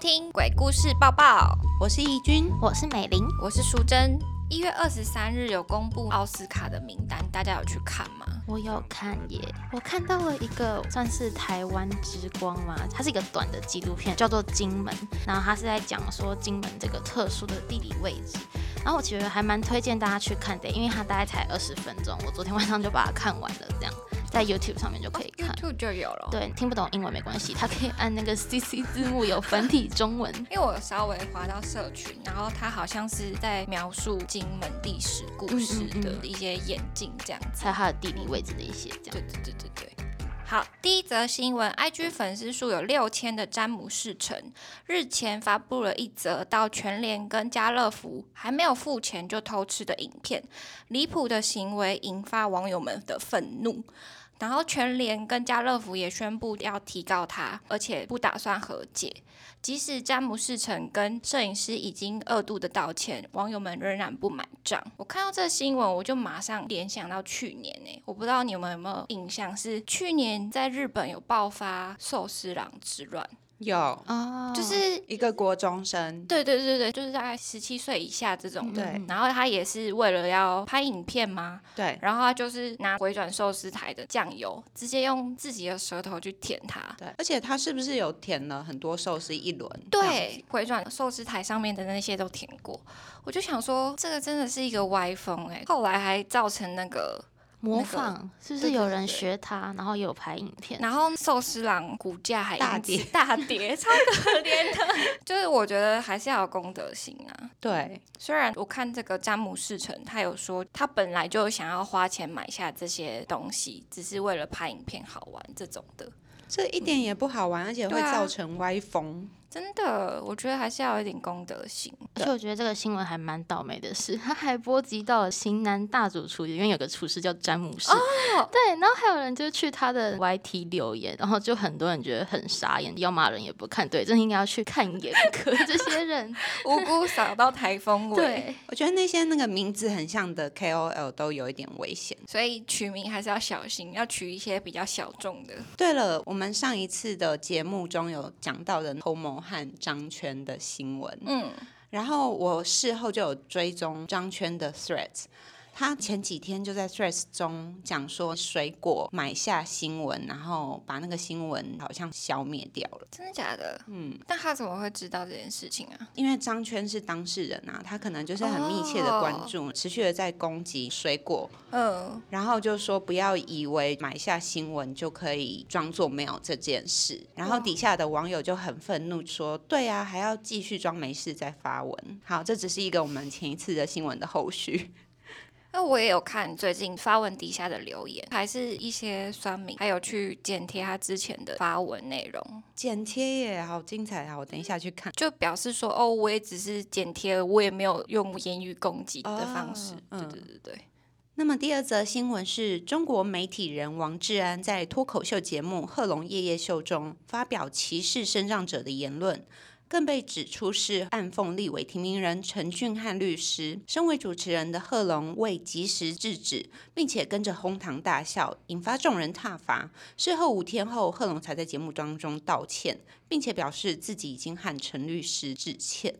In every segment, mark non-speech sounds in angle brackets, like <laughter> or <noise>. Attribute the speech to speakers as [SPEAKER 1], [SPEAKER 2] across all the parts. [SPEAKER 1] 听鬼故事报报，
[SPEAKER 2] 我是义军，
[SPEAKER 3] 我是美玲，
[SPEAKER 1] 我是淑珍。一月二十三日有公布奥斯卡的名单，大家有去看吗？
[SPEAKER 3] 我有看耶，我看到了一个算是台湾之光嘛，它是一个短的纪录片，叫做《金门》，然后它是在讲说金门这个特殊的地理位置。然后我其实还蛮推荐大家去看的，因为它大概才二十分钟，我昨天晚上就把它看完了，这样在哦 YouTube 上面就可以看。
[SPEAKER 1] YouTube 就有了。
[SPEAKER 3] 对，听不懂英文没关系，它可以按那个 CC 字幕有繁体中文。
[SPEAKER 1] 因为我有稍微滑到社群，然后他好像是在描述金门历史故事的
[SPEAKER 3] 嗯嗯
[SPEAKER 1] 一些演进这样子。
[SPEAKER 3] 还有它的地理位置的一些这样。
[SPEAKER 1] 对对对对对。好，第一则新闻，IG 粉丝数有六千的詹姆士城日前发布了一则到全联跟家乐福还没有付钱就偷吃的影片，离谱的行为引发网友们的愤怒。然后全联跟家乐福也宣布要提告他，而且不打算和解。即使詹姆士城跟摄影师已经二度的道歉，网友们仍然不买账。我看到这新闻，我就马上联想到去年呢、我不知道你们有没有印象，是去年在日本有爆发寿司郎之乱，
[SPEAKER 2] 有
[SPEAKER 3] 哦
[SPEAKER 1] 就是
[SPEAKER 2] 一个国中生，
[SPEAKER 1] 对对对对，就是大概十七岁以下这种的。
[SPEAKER 2] 对
[SPEAKER 1] 然后他也是为了要拍影片吗？
[SPEAKER 2] 对，
[SPEAKER 1] 然后他就是拿回转寿司台的酱油，直接用自己的舌头去舔它。
[SPEAKER 2] 对，而且他是不是有舔了很多寿司一轮？这样，
[SPEAKER 1] 对，回转寿司台上面的那些都舔过，我就想说，这个真的是一个歪风哎、后来还造成那个，
[SPEAKER 3] 模
[SPEAKER 1] 那个
[SPEAKER 3] 仿，是不
[SPEAKER 1] 对
[SPEAKER 3] 是
[SPEAKER 1] 对
[SPEAKER 3] 有
[SPEAKER 1] 对
[SPEAKER 3] 人
[SPEAKER 1] 对
[SPEAKER 3] 学他，然后有拍影片？
[SPEAKER 1] 然后寿司郎股价还
[SPEAKER 2] 大
[SPEAKER 1] 因此
[SPEAKER 2] 跌
[SPEAKER 1] 大跌，超可怜的。就是我觉得还是要有公德心啊。
[SPEAKER 2] 对，
[SPEAKER 1] 虽然我看这个詹姆士城，他有说他本来就想要花钱买下这些东西，只是为了拍影片好玩这种的。
[SPEAKER 2] 这一点也不好玩，而且会
[SPEAKER 1] 对啊
[SPEAKER 2] 造成歪风。
[SPEAKER 1] 真的，我觉得还是要有一点公德心。
[SPEAKER 3] 而且我觉得这个新闻还蛮倒霉的是，他还波及到了型男大主厨，因为有个厨师叫詹姆士，对，然后还有人就去他的 YT 留言，然后就很多人觉得很傻眼，要骂人也不看，对，真的应该要去看眼科这些人，
[SPEAKER 1] 无辜扫到台风尾，
[SPEAKER 3] 对，
[SPEAKER 2] 我觉得那些那个名字很像的 KOL 都有一点危险。
[SPEAKER 1] 所以取名还是要小心，要取一些比较小众的。
[SPEAKER 2] 对了，我们上一次的节目中有讲到的偷谋和张圈的新闻，
[SPEAKER 1] 嗯，
[SPEAKER 2] 然后我事后就有追踪张圈的 Threads，他前几天就在 Threads 中讲说水果买下新闻，然后把那个新闻好像消灭掉了。
[SPEAKER 1] 真的假的？
[SPEAKER 2] 嗯，
[SPEAKER 1] 但他怎么会知道这件事情啊？
[SPEAKER 2] 因为张圈是当事人啊，他可能就是很密切的关注持续的在攻击水果，
[SPEAKER 1] 嗯，
[SPEAKER 2] 然后就说不要以为买下新闻就可以装作没有这件事。然后底下的网友就很愤怒说：“对啊，还要继续装没事再发文。”好，这只是一个我们前一次的新闻的后续。
[SPEAKER 1] 那我也有看最近发文底下的留言，还是一些酸民，还有去剪贴他之前的发文内容，
[SPEAKER 2] 剪贴耶，好精彩啊！我等一下去看。
[SPEAKER 1] 就表示说，哦，我也只是剪贴了，我也没有用言语攻击的方式。
[SPEAKER 2] 哦嗯
[SPEAKER 1] 对对对对，
[SPEAKER 2] 那么第二则新闻是中国媒体人王志安在脱口秀节目《贺龙夜夜秀》中发表歧视身障者的言论，更被指出是暗讽立委提名人陈俊翰律师。身为主持人的贺龙未及时制止，并且跟着哄堂大笑，引发众人挞伐。事后五天后，贺龙才在节目当中道歉，并且表示自己已经和陈律师致歉。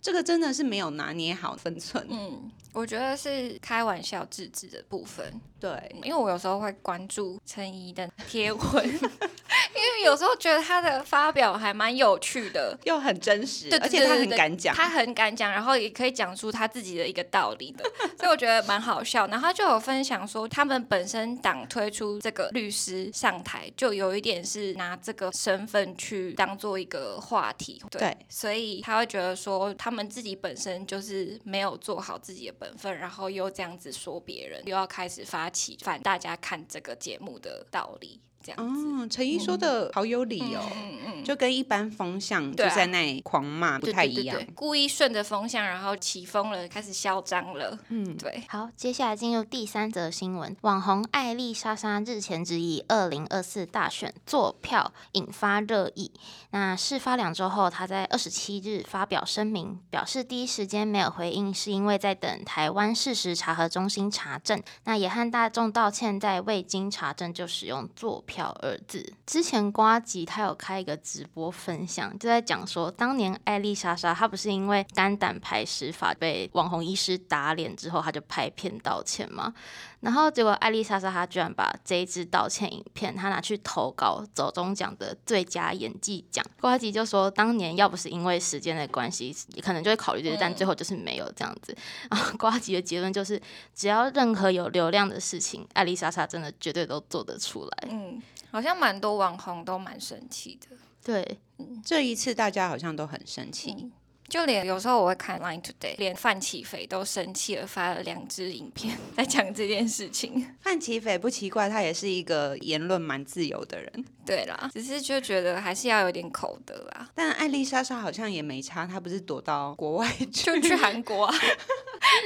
[SPEAKER 2] 这个真的是没有拿捏好分寸，
[SPEAKER 1] 嗯，我觉得是开玩笑制止的部分。
[SPEAKER 2] 对。
[SPEAKER 1] 因为我有时候会关注陈怡的贴文， <laughs> 因为有时候觉得他的发表还蛮有趣的，
[SPEAKER 2] 又很真实，
[SPEAKER 1] 对对
[SPEAKER 2] 而且他
[SPEAKER 1] 对对
[SPEAKER 2] 很
[SPEAKER 1] 对
[SPEAKER 2] 敢讲。
[SPEAKER 1] 他很敢讲，然后也可以讲出他自己的一个道理的，所以我觉得蛮好笑。然后他就有分享说，他们本身党推出这个律师上台，就有一点是拿这个身份去当做一个话题，对，
[SPEAKER 2] 对
[SPEAKER 1] 所以他会觉得说，他们自己本身就是没有做好自己的本分，然后又这样子说别人，又要开始发起反大家看这个节目的道理，这样子。
[SPEAKER 2] 嗯，陈毅说的好有理哦，
[SPEAKER 1] 嗯嗯，
[SPEAKER 2] 就跟一般风向就
[SPEAKER 1] 对啊
[SPEAKER 2] 在那里狂骂不
[SPEAKER 1] 对
[SPEAKER 2] 太
[SPEAKER 1] 对
[SPEAKER 2] 一
[SPEAKER 1] 对
[SPEAKER 2] 样。
[SPEAKER 1] 对，故意顺着风向，然后起风了，开始嚣张了。
[SPEAKER 2] 嗯，
[SPEAKER 1] 对，
[SPEAKER 3] 好，接下来进入第三则新闻。网红艾丽莎莎日前质疑二零二四大选做票，引发热议。那事发两周后，她在二十七日发表声明，表示第一时间没有回应，是因为在等台湾事实查核中心查证。那也和大众道歉，在未经查证就使用做票。票二字。之前瓜吉他有开一个直播分享，就在讲说，当年艾丽莎莎她不是因为肝胆排石法被网红医师打脸之后，她就拍片道歉嘛。然后结果艾丽莎莎她居然把这一支道歉影片，她拿去投稿走中奖的最佳演技奖。瓜吉就说，当年要不是因为时间的关系，可能就会考虑这个，但最后就是没有这样子。然后瓜吉的结论就是，只要任何有流量的事情，艾丽莎莎真的绝对都做得出来。
[SPEAKER 1] 嗯，好像蛮多网红都蛮生气的。
[SPEAKER 3] 对，
[SPEAKER 2] 这一次大家好像都很生气。
[SPEAKER 1] 嗯就连有时候我会看 Line Today，连范启飞都生气了，发了两支影片 <laughs> 在讲这件事情。
[SPEAKER 2] 范奇斐不奇怪，他也是一个言论蛮自由的人。
[SPEAKER 1] 对啦，只是就觉得还是要有点口德啦。
[SPEAKER 2] 但艾丽莎莎好像也没差，她不是躲到国外 <laughs> 去？
[SPEAKER 1] 就去韩国
[SPEAKER 2] <laughs>
[SPEAKER 1] 啊，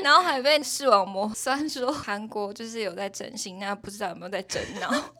[SPEAKER 1] 然后还被视网膜酸说韩国就是有在整形，那不知道有没有在整脑。
[SPEAKER 2] <laughs>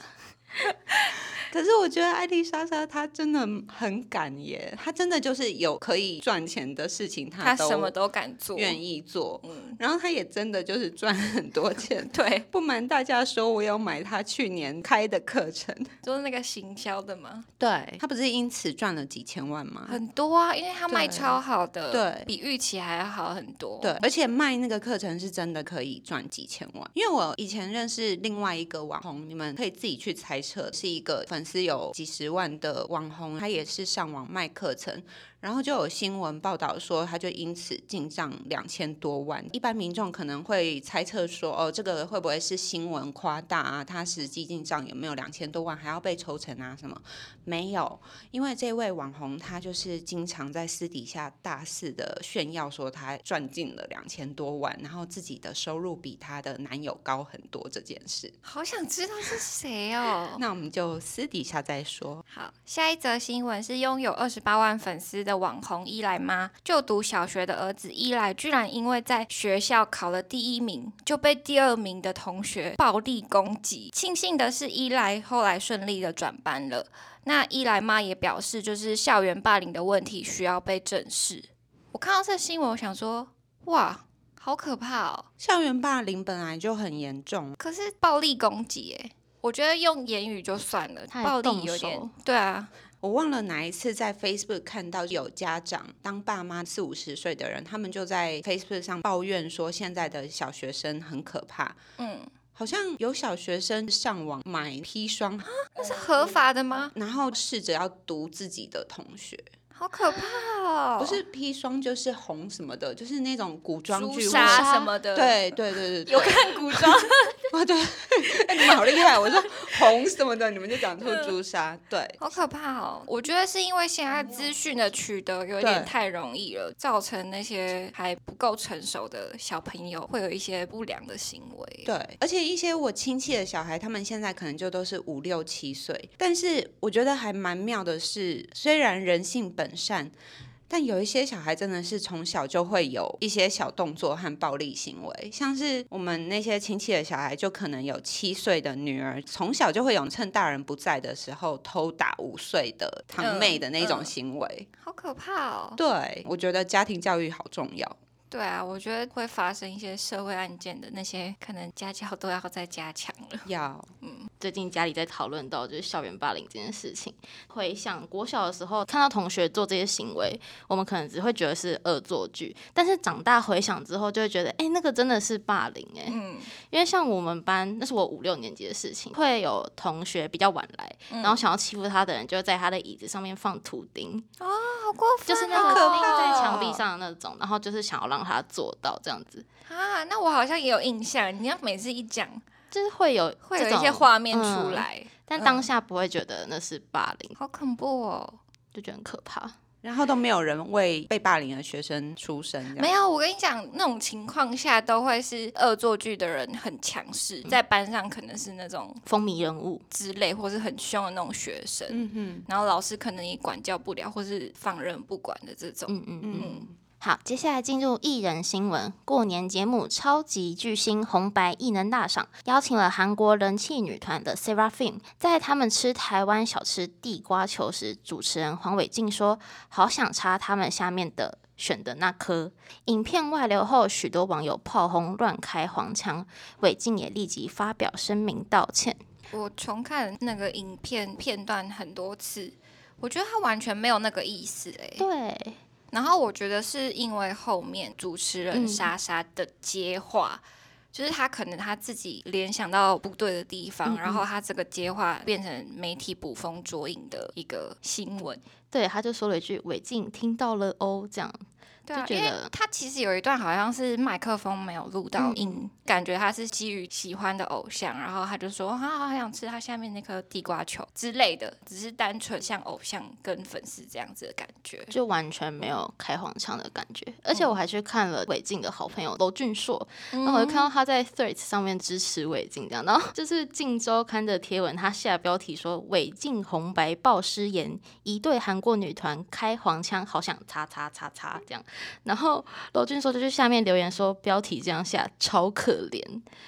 [SPEAKER 2] 可是我觉得艾丽莎莎她真的很敢耶，她真的就是有可以赚钱的事情，
[SPEAKER 1] 他
[SPEAKER 2] 都
[SPEAKER 1] 什么都敢做，
[SPEAKER 2] 愿意做。
[SPEAKER 1] 嗯，。
[SPEAKER 2] 然后她也真的就是赚很多钱
[SPEAKER 1] 对，
[SPEAKER 2] 不瞒大家说，我有买她去年开的课程。
[SPEAKER 1] 就是那个行销的嘛，
[SPEAKER 2] 对，她不是因此赚了几千万吗？
[SPEAKER 1] 很多啊，因为他卖
[SPEAKER 2] 嗯对
[SPEAKER 1] 超好的，
[SPEAKER 2] 对
[SPEAKER 1] 比预期还要好很多。
[SPEAKER 2] 对，，而且卖那个课程是真的可以赚几千万，因为我以前认识另外一个网红，你们可以自己去猜测，是一个粉丝有几十万的网红，他也是上网卖课程，然后就有新闻报道说，他就因此进账两千多万。一般民众可能会猜测说，哦，这个会不会是新闻夸大啊？他实际进账有没有两千多万，还要被抽成啊什么？没有，因为这位网红他就是经常在私底下大肆的炫耀说他赚进了两千多万，然后自己的收入比她的男友高很多这件事。
[SPEAKER 1] 好想知道是谁哦。
[SPEAKER 2] <laughs> 那我们就私底下再说。
[SPEAKER 1] 好，下一则新闻是拥有二十八万粉丝的网红伊莱妈，就读小学的儿子伊莱，居然因为在学校考了第一名，就被第二名的同学暴力攻击。庆幸的是，伊莱后来顺利的转班了。那伊莱妈也表示，就是校园霸凌的问题需要被正视。我看到这新闻，我想说，哇，好可怕哦！
[SPEAKER 2] 校园霸凌本来就很严重，
[SPEAKER 1] 可是暴力攻击，诶，我觉得用言语就算了，
[SPEAKER 3] 他还
[SPEAKER 1] 暴力
[SPEAKER 3] 动
[SPEAKER 1] 有点
[SPEAKER 3] 手，
[SPEAKER 1] 对啊，
[SPEAKER 2] 我忘了哪一次在 Facebook 看到有家长当爸妈四五十岁的人，他们就在 Facebook 上抱怨说现在的小学生很可怕。
[SPEAKER 1] 嗯。
[SPEAKER 2] 好像有小学生上网买砒霜，
[SPEAKER 1] 那是合法的吗？
[SPEAKER 2] 然后试着要毒自己的同学，
[SPEAKER 1] 好可怕哦！
[SPEAKER 2] 不是砒霜就是红什么的，就是那种古装
[SPEAKER 1] 朱
[SPEAKER 2] 剧。
[SPEAKER 1] 砂
[SPEAKER 2] 或
[SPEAKER 1] 什么的，，
[SPEAKER 2] 对对对对对，
[SPEAKER 1] 有看古
[SPEAKER 2] <laughs>
[SPEAKER 1] 装，
[SPEAKER 2] 哇
[SPEAKER 1] <laughs>
[SPEAKER 2] 对，哎你们好厉害！我说红什么的，你们就讲出朱砂。对，
[SPEAKER 1] 好可怕哦！我觉得是因为现在资讯的取得有点太容易了，造成那些还不够成熟的小朋友会有一些不良的行为。
[SPEAKER 2] 对，而且一些我亲戚的小孩，他们现在可能就都是五六七岁，但是我觉得还蛮妙的是，虽然人性本善，但有一些小孩真的是从小就会有一些小动作和暴力行为，像是我们那些亲戚的小孩，就可能有七岁的女儿，从小就会有趁大人不在的时候偷打五岁的堂妹的那
[SPEAKER 1] 嗯嗯
[SPEAKER 2] 种行为。
[SPEAKER 1] 好可怕哦！
[SPEAKER 2] 对，我觉得家庭教育好重要。
[SPEAKER 1] 对啊，我觉得会发生一些社会案件的那些，可能家教都要再加强了。
[SPEAKER 2] 要
[SPEAKER 3] 最近家里在讨论到就是校园霸凌这件事情，回想国小的时候看到同学做这些行为，我们可能只会觉得是恶作剧，但是长大回想之后就会觉得，哎、那个真的是霸凌哎、
[SPEAKER 1] 嗯，
[SPEAKER 3] 因为像我们班，那是我五六年级的事情，会有同学比较晚来，
[SPEAKER 1] 嗯
[SPEAKER 3] 然后想要欺负他的人，就会在他的椅子上面放图钉，
[SPEAKER 1] 好过分哦，
[SPEAKER 3] 就是那
[SPEAKER 1] 好
[SPEAKER 3] 个
[SPEAKER 1] 可
[SPEAKER 3] 钉
[SPEAKER 1] 怕
[SPEAKER 3] 在
[SPEAKER 1] 哦
[SPEAKER 3] 墙壁上的那种，然后就是想要让他做到这样子，
[SPEAKER 1] 啊！那我好像也有印象，你要每次一讲，
[SPEAKER 3] 就是会有
[SPEAKER 1] 会
[SPEAKER 3] 这
[SPEAKER 1] 有一
[SPEAKER 3] 种
[SPEAKER 1] 些画面
[SPEAKER 3] 嗯
[SPEAKER 1] 出来，
[SPEAKER 3] 但当下不会觉得那是霸凌，
[SPEAKER 1] 好恐怖哦！
[SPEAKER 3] 就觉得很可怕。
[SPEAKER 2] 然后都没有人为被霸凌的学生出声，这样
[SPEAKER 1] 没有，我跟你讲，那种情况下都会是恶作剧的人很强势，
[SPEAKER 3] 嗯
[SPEAKER 1] 在班上可能是那种
[SPEAKER 3] 风靡人物，
[SPEAKER 1] 之类，或是很凶的那种学生，
[SPEAKER 2] 嗯哼，
[SPEAKER 1] 然后老师可能也管教不了，或是放任不管的这种。
[SPEAKER 3] 嗯嗯嗯。
[SPEAKER 2] 嗯，
[SPEAKER 3] 好，接下来进入艺人新闻。过年节目《超级巨星红白艺能大赏》邀请了韩国人气女团的 Seraphim，在他们吃台湾小吃地瓜球时，主持人黄伟晋说：“好想插他们下面的选的那颗。影片外流后，许多网友炮轰乱开黄腔，韦静也立即发表声明道歉。
[SPEAKER 1] 我重看那个影片片段很多次，我觉得他完全没有那个意思哎、
[SPEAKER 3] 对，
[SPEAKER 1] 然后我觉得是因为后面主持人
[SPEAKER 3] 嗯
[SPEAKER 1] 莎莎的接话，就是他可能他自己联想到不对的地方，
[SPEAKER 3] 嗯嗯
[SPEAKER 1] 然后他这个接话变成媒体捕风捉影的一个新闻。
[SPEAKER 3] 对，他就说了一句“韦静听到了哦”，这样。
[SPEAKER 1] 对啊，
[SPEAKER 3] 就
[SPEAKER 1] 因
[SPEAKER 3] 觉
[SPEAKER 1] 为
[SPEAKER 3] 得
[SPEAKER 1] 他其实有一段好像是麦克风没有录到
[SPEAKER 3] 嗯
[SPEAKER 1] 音，感觉他是基于喜欢的偶像，然后他就说啊，好想吃他下面那颗地瓜球之类的，只是单纯像偶像跟粉丝这样子的感觉。
[SPEAKER 3] 就完全没有开黄腔的感觉。而
[SPEAKER 1] 嗯
[SPEAKER 3] 且我还去看了韦静的好朋友娄俊硕，然后我就
[SPEAKER 1] 嗯
[SPEAKER 3] 看到他在 Threads 上面支持韦静这样，然后 <laughs> 就是《镜周刊》的贴文，他下标题说“韦静红白爆失言，一对韩国女团开黄腔，好想擦擦擦擦”这样。然后娄俊硕就去下面留言说标题这样下超可怜，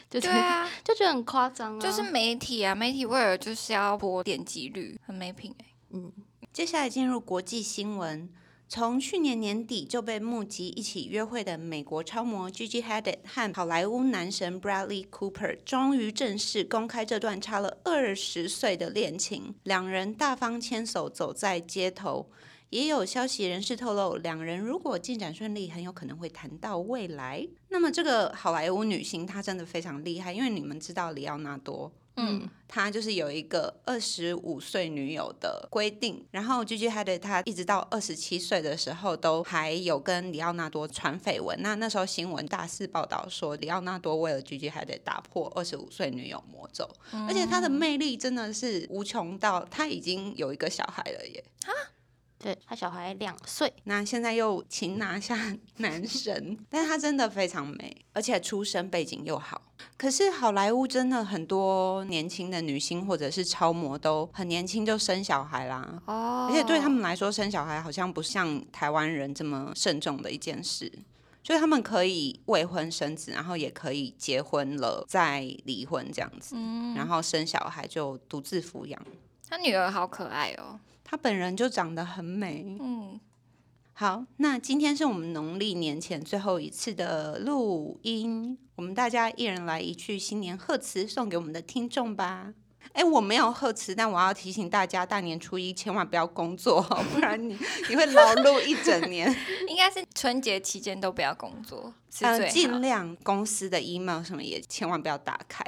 [SPEAKER 3] 就是、
[SPEAKER 1] 对啊，
[SPEAKER 3] <laughs> 就觉得很夸张啊，
[SPEAKER 1] 就是媒体啊，媒体为了就是要播点击率，很没品、欸。
[SPEAKER 2] 接下来进入国际新闻。从去年年底就被募集一起约会的美国超模 Gigi Hadid 和好莱坞男神 Bradley Cooper 终于正式公开这段差了二十岁的恋情，两人大方牵手走在街头。也有消息人士透露，两人如果进展顺利，很有可能会谈到未来。那么这个好莱坞女星她真的非常厉害，因为你们知道里奥纳多，
[SPEAKER 1] 嗯，
[SPEAKER 2] 他就是有一个二十五岁女友的规定，然后 Gigi Hadid 他一直到二十七岁的时候都还有跟里奥纳多传绯闻。那那时候新闻大肆报道说，里奥纳多为了 Gigi Hadid 打破二十五岁女友魔咒，而且他的魅力真的是无穷到他已经有一个小孩了耶。
[SPEAKER 3] 对他小孩两岁，
[SPEAKER 2] 那现在又擒拿下 <laughs> 男神，但是他真的非常美，而且出身背景又好。可是好莱坞真的很多年轻的女星或者是超模都很年轻就生小孩啦，
[SPEAKER 1] 哦
[SPEAKER 2] 而且对他们来说生小孩好像不像台湾人这么慎重的一件事，所以他们可以未婚生子，然后也可以结婚了再离婚这样子，然后生小孩就独自抚养。
[SPEAKER 1] 他女儿好可爱哦。
[SPEAKER 2] 她本人就长得很美，
[SPEAKER 1] 嗯，
[SPEAKER 2] 好，那今天是我们农历年前最后一次的录音，我们大家一人来一句新年贺词送给我们的听众吧。哎，我没有贺词，但我要提醒大家，大年初一千万不要工作哦，不然你你会劳碌一整年。
[SPEAKER 1] 应该 <laughs> 是春节期间都不要工作是
[SPEAKER 2] 呃，
[SPEAKER 1] 最好
[SPEAKER 2] 尽。量公司的 email 什么也千万不要打开。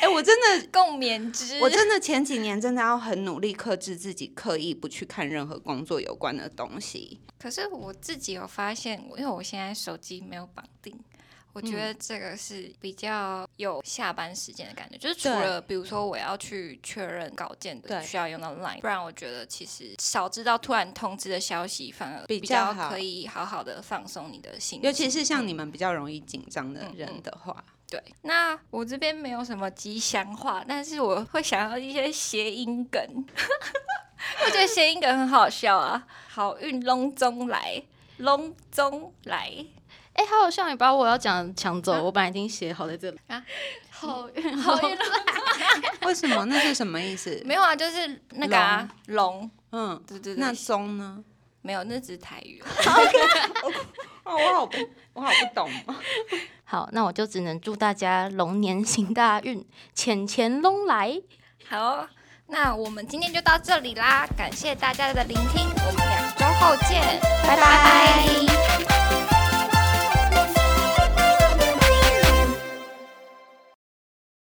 [SPEAKER 2] 哎，我真的
[SPEAKER 1] <laughs> 共勉之。
[SPEAKER 2] 我真的前几年真的要很努力克制自己，刻意不去看任何工作有关的东西。
[SPEAKER 1] 可是我自己有发现，因为我现在手机没有绑定，我
[SPEAKER 2] 嗯
[SPEAKER 1] 觉得这个是比较有下班时间的感觉。就是除了比如说我要去确认稿件的
[SPEAKER 2] 对
[SPEAKER 1] 需要用到 Line，不然我觉得其实少知道突然通知的消息，反而
[SPEAKER 2] 比
[SPEAKER 1] 比
[SPEAKER 2] 较
[SPEAKER 1] 较
[SPEAKER 2] 好
[SPEAKER 1] 可以好好的放松你的心情。
[SPEAKER 2] 尤其是像你们比较容易紧张的
[SPEAKER 1] 嗯
[SPEAKER 2] 人
[SPEAKER 1] 嗯
[SPEAKER 2] 的话，
[SPEAKER 1] 对，那我这边没有什么吉祥话，但是我会想要一些谐音 <laughs> 梗，我觉得谐音梗很好笑啊。好运隆中来，隆中来。
[SPEAKER 3] 哎、还有像你把我要讲抢走，我本来已经写好在这里。
[SPEAKER 1] 好运好运龙
[SPEAKER 2] 为什么？那是什么意思？
[SPEAKER 1] 没有啊，就是那个啊龙，
[SPEAKER 2] 嗯，
[SPEAKER 1] 对对对，
[SPEAKER 2] 那宗呢？
[SPEAKER 1] 没有，那只是台语。
[SPEAKER 2] 哦，我好不，我好不懂。
[SPEAKER 3] 好，那我就只能祝大家龙年行大运，钱钱龙来，
[SPEAKER 1] 好哦，那我们今天就到这里啦，感谢大家的聆听，我们两周后见，拜拜